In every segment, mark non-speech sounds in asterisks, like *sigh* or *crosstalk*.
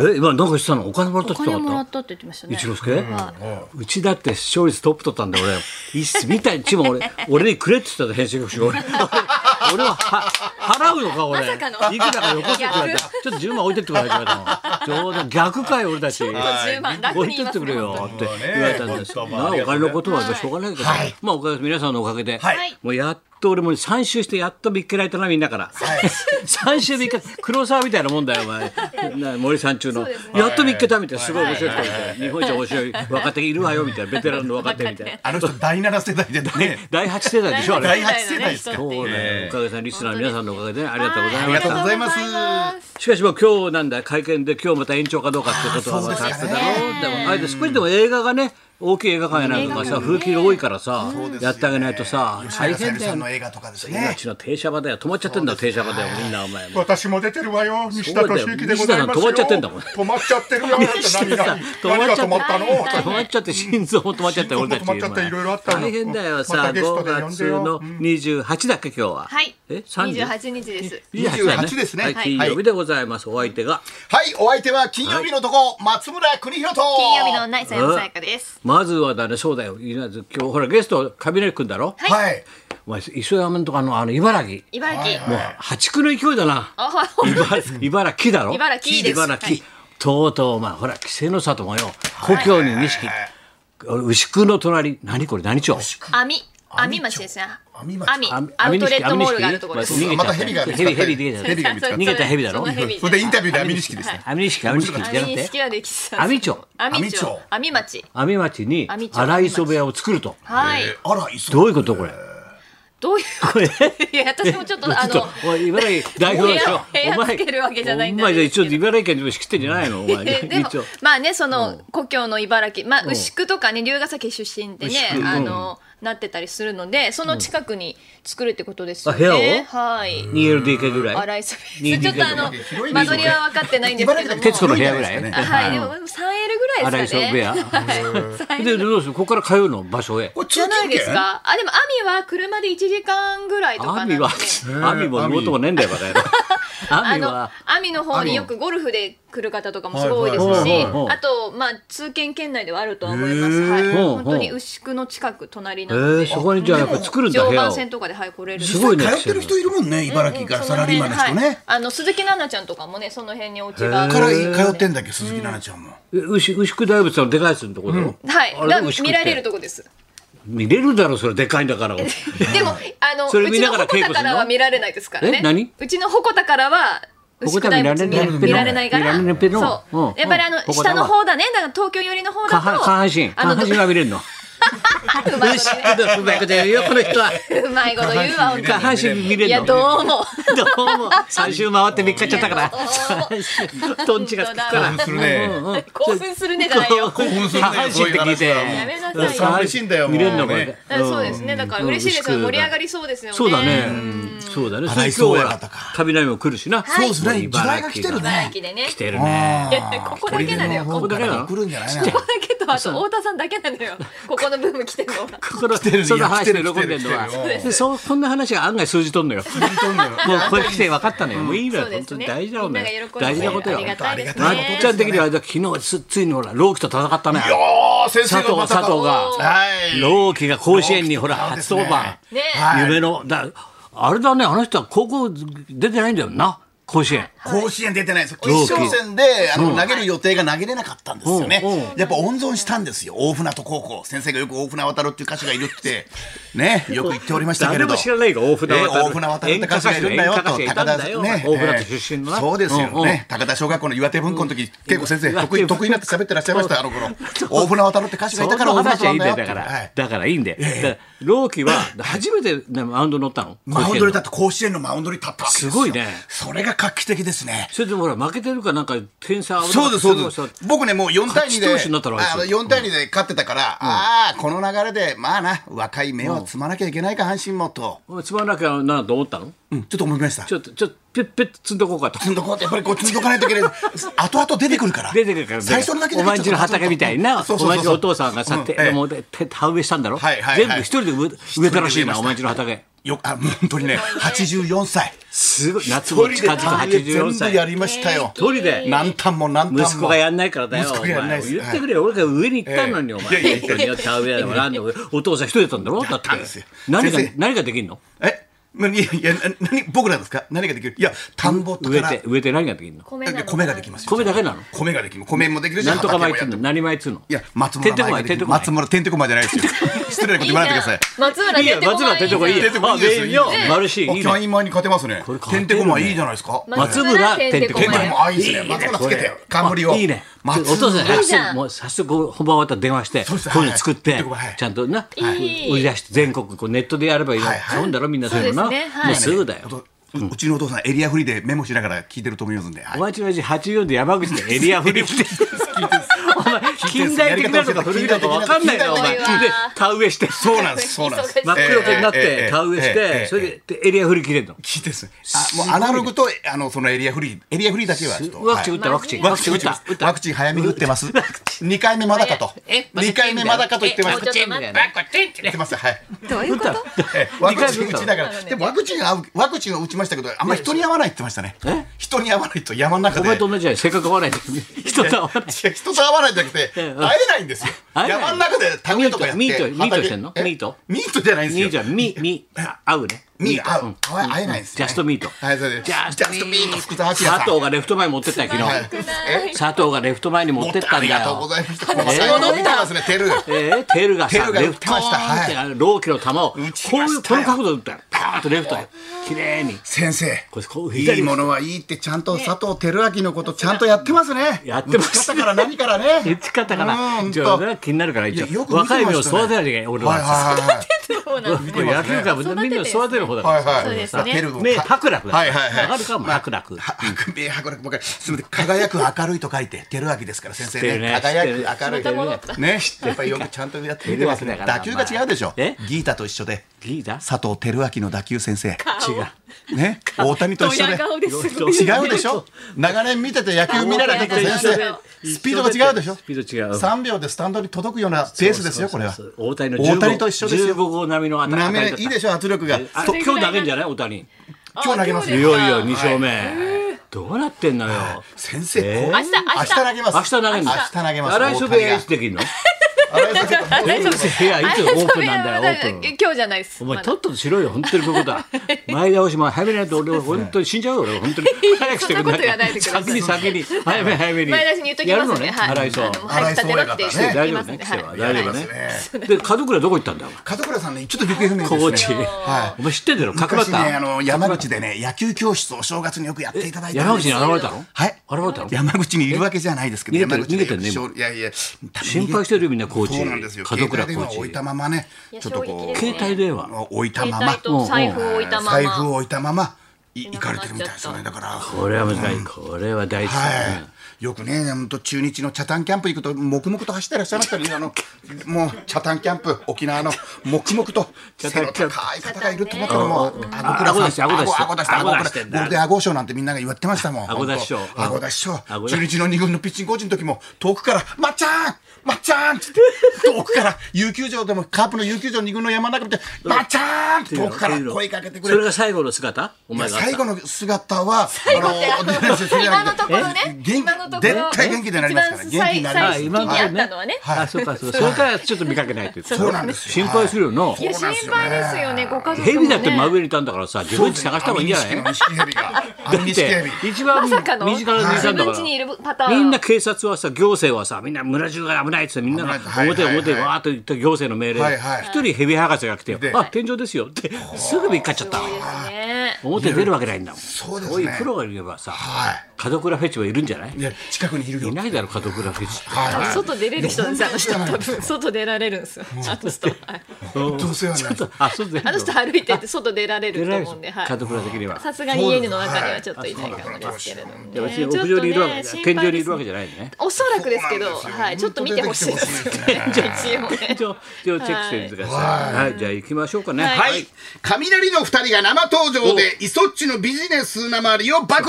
え今なんかしたのお金もらったっおて言金ってもなからっったって言ってましたたね一之輔、はうちだって視聴率トップ取ったんだよ俺いっすみたいにちも俺俺にくれって言ったの編集局 *laughs* 長俺俺はは払うのか俺、まさかのいくらかよこせって言われたちょっと10万置いてってくださいって言われたの冗談逆かい俺たち10万楽置にい言ていってくますれねよって本当言われたんです。本当まあまあお金のことはありがしとょううがないけど、はいまあおかげで皆さんのおかげで、はいもうやっと俺も三週してやっと見っけられたなみんなから。三週見っけ黒沢みたいなもんだよお前。な森さん中の、そうですねやっと見っけたみたいなすごい面白い人みたいな日本一面白い若手いるわよみたいなベテランの若手みたいな。あの人第7世代でね。第八世代でしょあれ。第八世代ですか人ってそういうだよおかげさんリスナーの皆さんのおかげでねありがとうございありまがしたとう。ございますありがとうございますしかしもう今日なんだ会見で今日また延長かどうかってことは分かってたろあうでもあれで少しでも映画がね大きい映画館やなんかがさ風景が多いからさやってあげないとさ大変ださよんの映画とかですね。命の停車場だよ止まっちゃってんだよ停車場だよみんなお前も私も出てるわよ西田敏行でございますそうだよ西田さん止まよっちゃってんだもん止まっちゃってるよ何 *laughs* が何が止止ままっっちたゃっての止まっちゃって心臓も止まっちゃって心俺臓たもち止まっちゃって今いろいろあったの大変だよさまあたゲストで5呼んで月よの28だっけ今日ははいえ28日です28ですねはいはい金曜日でございますお相手がはい、お相手は金曜日のとこ、松村邦弘と。金曜日のナイツ山さやかですまずはだねそうだよ今日ほらゲスト雷くんだろはい。お前磯山のとこあのあの茨城茨城もう破竹の勢いだなあはいほんと茨茨城だろ茨城です茨城はいとうとうまあほら稀勢の里もよ故郷に錦牛久の隣何これ何町網網町ですね網町網網アウトレットモールがあるところです網錦またヘビが見つかっヘビてヘビ逃げちゃったヘビが見つかっ逃げたヘビだろそのヘビそれでインタビューで網錦ですね。アミニシキアミニシキじゃなく網て式はできそう網町網網町町網町阿見町に網町荒磯部屋を作るとはいあら、いそどういうことこれどういうこれいや私もちょっとあちょのっとおい茨城代表でしょ部屋部屋つけるわけじゃないんだお前お前じゃあ一応ですけど茨城県でも仕切ってんじゃないのお前えでも一応まあねその故郷の茨城、まあ、牛久とかね龍ヶ崎出身でね牛久あの、なってたりするのでその近くに作るってことですよあ部屋をね。はい。 2LDK ぐらい洗いそにびちょっとあの間取りは分かってないんですけども。徹子の部屋ぐらういんあはいでも 3L ぐらいですかね。洗い *laughs* そはい 3L でどうするここから通うの場所へこれじゃないですか。あでも網は車で1時間ぐらいとかなアんでミは。アミも言うともねえんだよバカ野郎アあ *laughs* ミのは網の方によくゴルフで来る方とかもすごいですはいはいし、はいはいあとまあ通勤圏内ではあるとは思います。へーはい、ほうほう本当に牛久の近く隣えなのー、で、そこにじゃあやっぱ作るんだ部常屋を磐線とかではい来れる。すごいね通ってる人いるもんね、茨城からサラリーマンの人はいね。あの鈴木奈々ちゃんとかもねその辺にお家がある。から通ってんだっけ、鈴木奈々ちゃんも。え牛牛久大仏のでかいやつのところ、はい、あがれ牛久って見られるとこです。見れるだろそれでかいんだ *laughs* からでもあのうそれ見ちなのがら鉾稽古するの田からは見られないですからえね。何うちの鉾田からは牛久大仏鉾田見られない見られないか見らら、れないけどそううんやっぱりあうん鉾田のは下の方だね、だから東京寄りの方下だ半と下半身あの下半身が見れるの *laughs* 牛久うまいことの不明だよこの人は *laughs* うまいこと言うわ、本下半身見れ当。いるや、のどうも。どう *laughs* も三周回って見っかっちゃったからどうもトンチがつくから本 *laughs* するね。興奮するね、じゃないよ。興奮する下ね半身って聞いてやめなさいよ下半身嬉しいんだよもう見れるのこれねだからそうですね、だから嬉しいですよ。うん盛り上がりそうですよね。そうだね。そうだね。洗いそそうう今や日かはとか雷も来るしな。そうですね時代が来てるね茨城でね来。てるね。ここだけなのよ。こここだけなの来るんじゃないのだけと、あと太田さんだけなのよ。ここのブーム来てる *laughs* のが。心てるよその話で喜んでるの来てる来ては。るで、そうこんな話が案外数字とんのよ。 *laughs* もうこれ来て分かったのよ。もういいのよ。そうで本す当ねに大事なのみんなよが喜ん。で大事なことよ。ありがまたいですあねりがたいっちゃん的には昨日つついにほら老基と戦ったね。ああ、先佐生藤がま佐さか藤がはい。老基が甲子園にほら初登板。ねはい夢のだあれだねあの人は高校出てないんだよな甲子園。甲子園出てないです。決同期勝戦で、あの、投げる予定が投げれなかったんですよねうんう。やっぱ温存したんですよ。大船渡高校。先生がよく大船渡るっていう歌手がいるって、ね、よく言っておりましたけれ誰ど。も知らないが大船えー渡る大船渡るって歌手がいるんだよと、演歌歌手演歌歌手がいたんだよね、大船渡出身のなえーそうですようんうんね。高田小学校の岩手文庫の時、結構先生、岩手得文意、庫得意になって喋ってらっしゃいました、あの頃。大船渡るって歌手がそいのたから大船話渡はいるいんんだだよよ。だから、はいだからいいんだよ、だから朗希は初めて、ね、マウンド乗ったのマウンドに立っ甲子園のて、甲子園のマウンドに立ったわけですよ。すごいねそれが画期的ですね。それでもほら負けてるかなんか点差そうです、そうですそう。僕ね、もう4対勝ち2で、投手になったのあいつあの4対2で勝ってたから、ああ、この流れで、まあな、若い目は積まなきゃいけないか、阪神もと、お前つまんなきゃなと思ったのうんちょっと思いました。ちょっとちょっとピュッピュッと積んどこうかと積んどこうって、やっぱりこう積んどかないといけない。後々出てくるから。出てくるから最初のだけおまんじゅうの畑みたいなそうおそうまそんうじゅうそのうお父さんがさ、うんてええもうてて田植えしたんだろ、はいはいはい全部一人で植え植えたらしいな一人で植えましたおまんじゅうの畑よあもう本当にね84歳すごい夏も近づく84全部や歳りましたよ一人で何単も何単も息子がやんないからだよ息お子がやんな前いです言ってくれよ俺が上に行ったのにお前いやいやいやいや田植えだもなんでもお父さん一人だったんだろだってたんですよ何が先生何ができんのえ何いやな何僕らですか何ができるいや田んぼと植えかて植えて何ができんの米なの米米ができますよ米だけなの米ができる米もできるしなんとか米っつう畑もやのる何米っつうのいや松てん村てこ米まがいできてんてこるまい松村てんてこまいじゃないですよ失礼なこと言わないでください松村いい出やてこ松村出てこないいいいやじゃんてんてこまいあいいよいいですよマルシあーいいキャねインマに勝てますねれ勝ててるねんてこまいいじゃないですか松松村てんてこてんてこまいまいいいですね松村つけて冠をいいね。お松父村さん早いいじゃ速んもう早速本番終わったら電話して、こそうですういうの作ってはいはいちゃんとなはい売り出して全国こうネットでやればいいのはいはいそうだろみんなそういうのそうですねな。はいもうすぐだおよ。父うちのお父さんエリアフリーでメモしながら聞いてると思いますんではいお前ちの親父84で山口でエリアフリーって。お前近代的なのか古いのか分かんないなお前。近代で的な田植えしてそうなんですそうなんです真っ黒けになっえええてえ田植えしえええてえそれででエリアフリー切れんの。聞いてですねあもうアナログとあのそのエリアフリーエリアフリーだけはちょっとワクチン打っはたワクチンいワワククチチンン打打っってまたす打っワたクチン早めに打っ *laughs* てます2回目まだかとえまだ2回目まだかと言ってまえすもうちょっと待って言ってますはいどういうことええ *laughs* ワクチ二回ン目打ちながらでもワクチンはワクチンは打ちましたけどあんまり人に合わないって言ってましたねえ人に合わないと山の中おで前と同じじゃない性格合わないんだよね人と合わない。違う人と会わないんじゃなくて *laughs* ええ会えないんですよ会えない山の中で旅とかやってミートミートミート畑してんのえミートミートじゃないミんーですじよゃミミ合うね。ミートう合んう会え会えないんですジよャストミート。はいそうですジャストミート。ジャストミート福田明さん佐藤がレフト前持ってったよ昨は日。い佐藤がレフト前に持ってったんだよ。ありがとうございました。え最後の見てますね、テル。えー、テールがテーさ、ルがレ打っフてトましたーンってあのローキの球を、こうい打う、ちましたこよの角度で打ったよ。パーンとレフトへ。綺麗に。先生これこう、い左いものはいいってちゃんと佐藤輝明のことちゃんとやってますね。やってます打ち方から何からね。打ち方かうら、んじゃあ、気になるから一いやよ応、く見てまし若たねい目を育てなきゃいけない、俺はいは。はいはい。これ野球界もみんな育てる方だから。はいはい。そうですねテルも目、白楽だ。はいはいはわいかるかも、白楽。は白明白楽ばかり。すみません、輝く明るいと書いて、輝明ですから、先生知ってるね。ね輝く明るいまた戻った。ね、やっぱりよくちゃんとやってみてますね。輝くだから打球が違うでしょ。えギータと一緒で。リーダー佐藤輝明の打球先生。違う。ね、大谷と一緒で。顔です違う違うでしょ長年見てて野球見られてて先生スピードが違うでしょスピード違う3秒でスタンドに届くようなペースですよこれはそうそうそう大谷の大谷15と一緒ですよ15号並みの当たな当たりめだったいいでしょ圧力があと今日投げんじゃない大谷い今日投げますよよいよ2勝目、どうなってんのよ先生えーこう明日明日投げます明日投げんの明日投げます洗いそ大谷でができんの洗い袖洗い袖いやいつオープンなんだよオープン今日じゃないですお前まとだっととしろよ本当にこういうこ *laughs* とは前倒しも早めないと俺本当に死んじゃうよ俺本当に早くしてく *laughs* そんなこれと言わなないいでくかださら先いに先に早め早めに前出しに言っときやるまのすねねはい洗いそうあのはい立てろって洗いそう大言い丈ま夫すねね来はては大い丈夫ねですで家族らどこ行ったんだよ門倉さんねちょっと行方不明ですねコーチはお前知ってんだろい角張っ昔ねたあの山口でね野球教室をお正月によくやっていただいて山口に現れたのはい現れたの山口にいるわけじゃないですけど、え逃げてる逃げてん山口でね今いやいや、多分心配してるよみんなコーチそうなんですよ。家族ら携帯電話コーチを置いたままね、いやちょっとこう衝撃ですね携帯電話置いたま携ま帯、と財布を置いたま財布をま置いたままい行なかくなっちゃったれてるみたいですね。だから、これは難しい、これは大事だ、ねはい。よくね、本当中日のチャタンキャンプ行くと黙々と走ってらっしゃいましたね。あのもうチャタンキャンプ沖縄の黙々とチャ背タンのキャンプ高い方がいるってこともうあ僕ら顎出してさん顎出して顎出して顎顎出出ししててんゴだールデンアゴー賞なんてみんなが言ってましたもん。顎出し賞本当顎出し賞顎。出し中日の二軍のピッチングコーチの時も遠くからまっちゃんまっちゃんって言って遠くから有給場でもカープの有給場二軍の山の中見てまっちゃんって遠くから声かけてくれそるれ。が最後の姿おい前やが最後の姿は、最後ってあの今のところね今のところ絶対元気でなりますから、一番元気になります最最初初に会っのに会ったたのははねねあそうかそうかそれからちょっと見かけないって言っそうてなんですよ心配するよないやそうなんです心よ配ねですよねご家族もね蛇だって真上にいたんだからさ自分で探した方がいいんじゃないアミニシキヘビが。*laughs* アミだニっシキヘてビ。一番まさかの身近なおじさんだか自分家にいるパタらーンみんな警察はさ行政はさみんな村中が危ないっつってみんなが危ない表へはい表へはいわーっと言った行政の命令はいではい一人蛇博士が来てであ天井ですよってすぐ見っかっちゃったわね表へ出るわけないんだもんそうですねいうプロがいればさは門倉フェチはいるんじゃないい。いや、近くにいるよ。いないだろ門倉フェチはいはい。外出れる人なんですあの人いや多分外出られるんですよあの人はい本当お世話になります。あそうですあの人歩いてて外出られ出るとられる思うんではい門倉的にはさすがに家の中にはちょっといないかもですけれどもねいや別に屋上にいるわけちょっとね天井にいるわけ心配ですねじゃないのねおそらくですけどそうなんですよはいちょっと見てほしいです本当天井一応ね一応一応チェックしてみてくださいはいじゃあ行きましょうかねはいはい。雷の二人が生登場で、イソッチのビジネスなまりを暴露。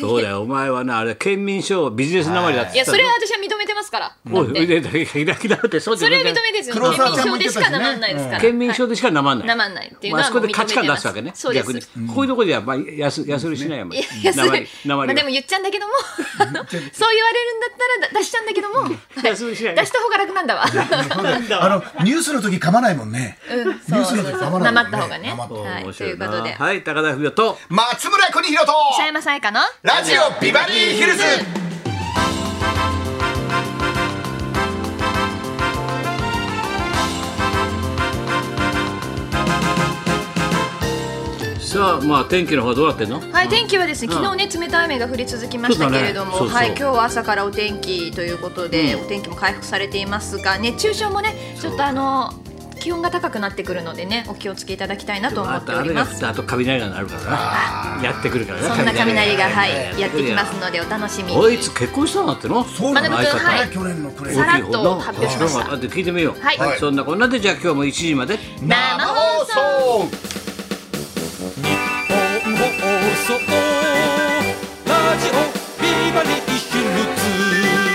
そうだよお前はなあれ県民賞ビジネスなまりだっついやったそれは私は認めてますますから。もう、いやいやいやいやだってそうじそゃなれいは認めですよね。黒県民沢ちゃん証も言でってしたしかねならないですから。県民証でしかなまんない。なまんないっていうのまあはあそこでもう価値観認出めてますすわけね。そうです逆に。こういうところでやっぱりやすやすりしないやんまいり。やいやそなまりれ、なままありでがも言っちゃうんだけども *laughs* そう言われるんだったらだ出しちゃうんだけども、はいやそうしない出した方が楽なんだわ *laughs* あのニュースの時噛まないもんね。うんニュそうそースのう時そ噛うなまなまいもんねった方がねなまった方がはいと白いうことではい、高田文夫と。松村邦弘と北山さやかのラジオビバリーヒルズ。さあ、まあ天気の方はどうなってんの？はい、天気はですね、昨日ね、冷たい雨が降り続きましたけれども、そうだねそうそうはい、今日は朝からお天気ということで、お天気も回復されていますが、熱中症もね、ちょっとあの。気温が高くなってくるのでね、お気をつけいただきたいなと思あっとており雨がま降っす。た後雷が鳴るからな。やってくるからね。そんな雷が、はねい、やってきますので、お楽しみに。おいつ結婚したんだっての？そうなんだ学君はいね去年の暮れさらっと発表しましたあで聞いてみよう。はいはいそんなこんなでじゃあ今日も1時まで。生放送。送。放送ラジオビバリーヒルズ」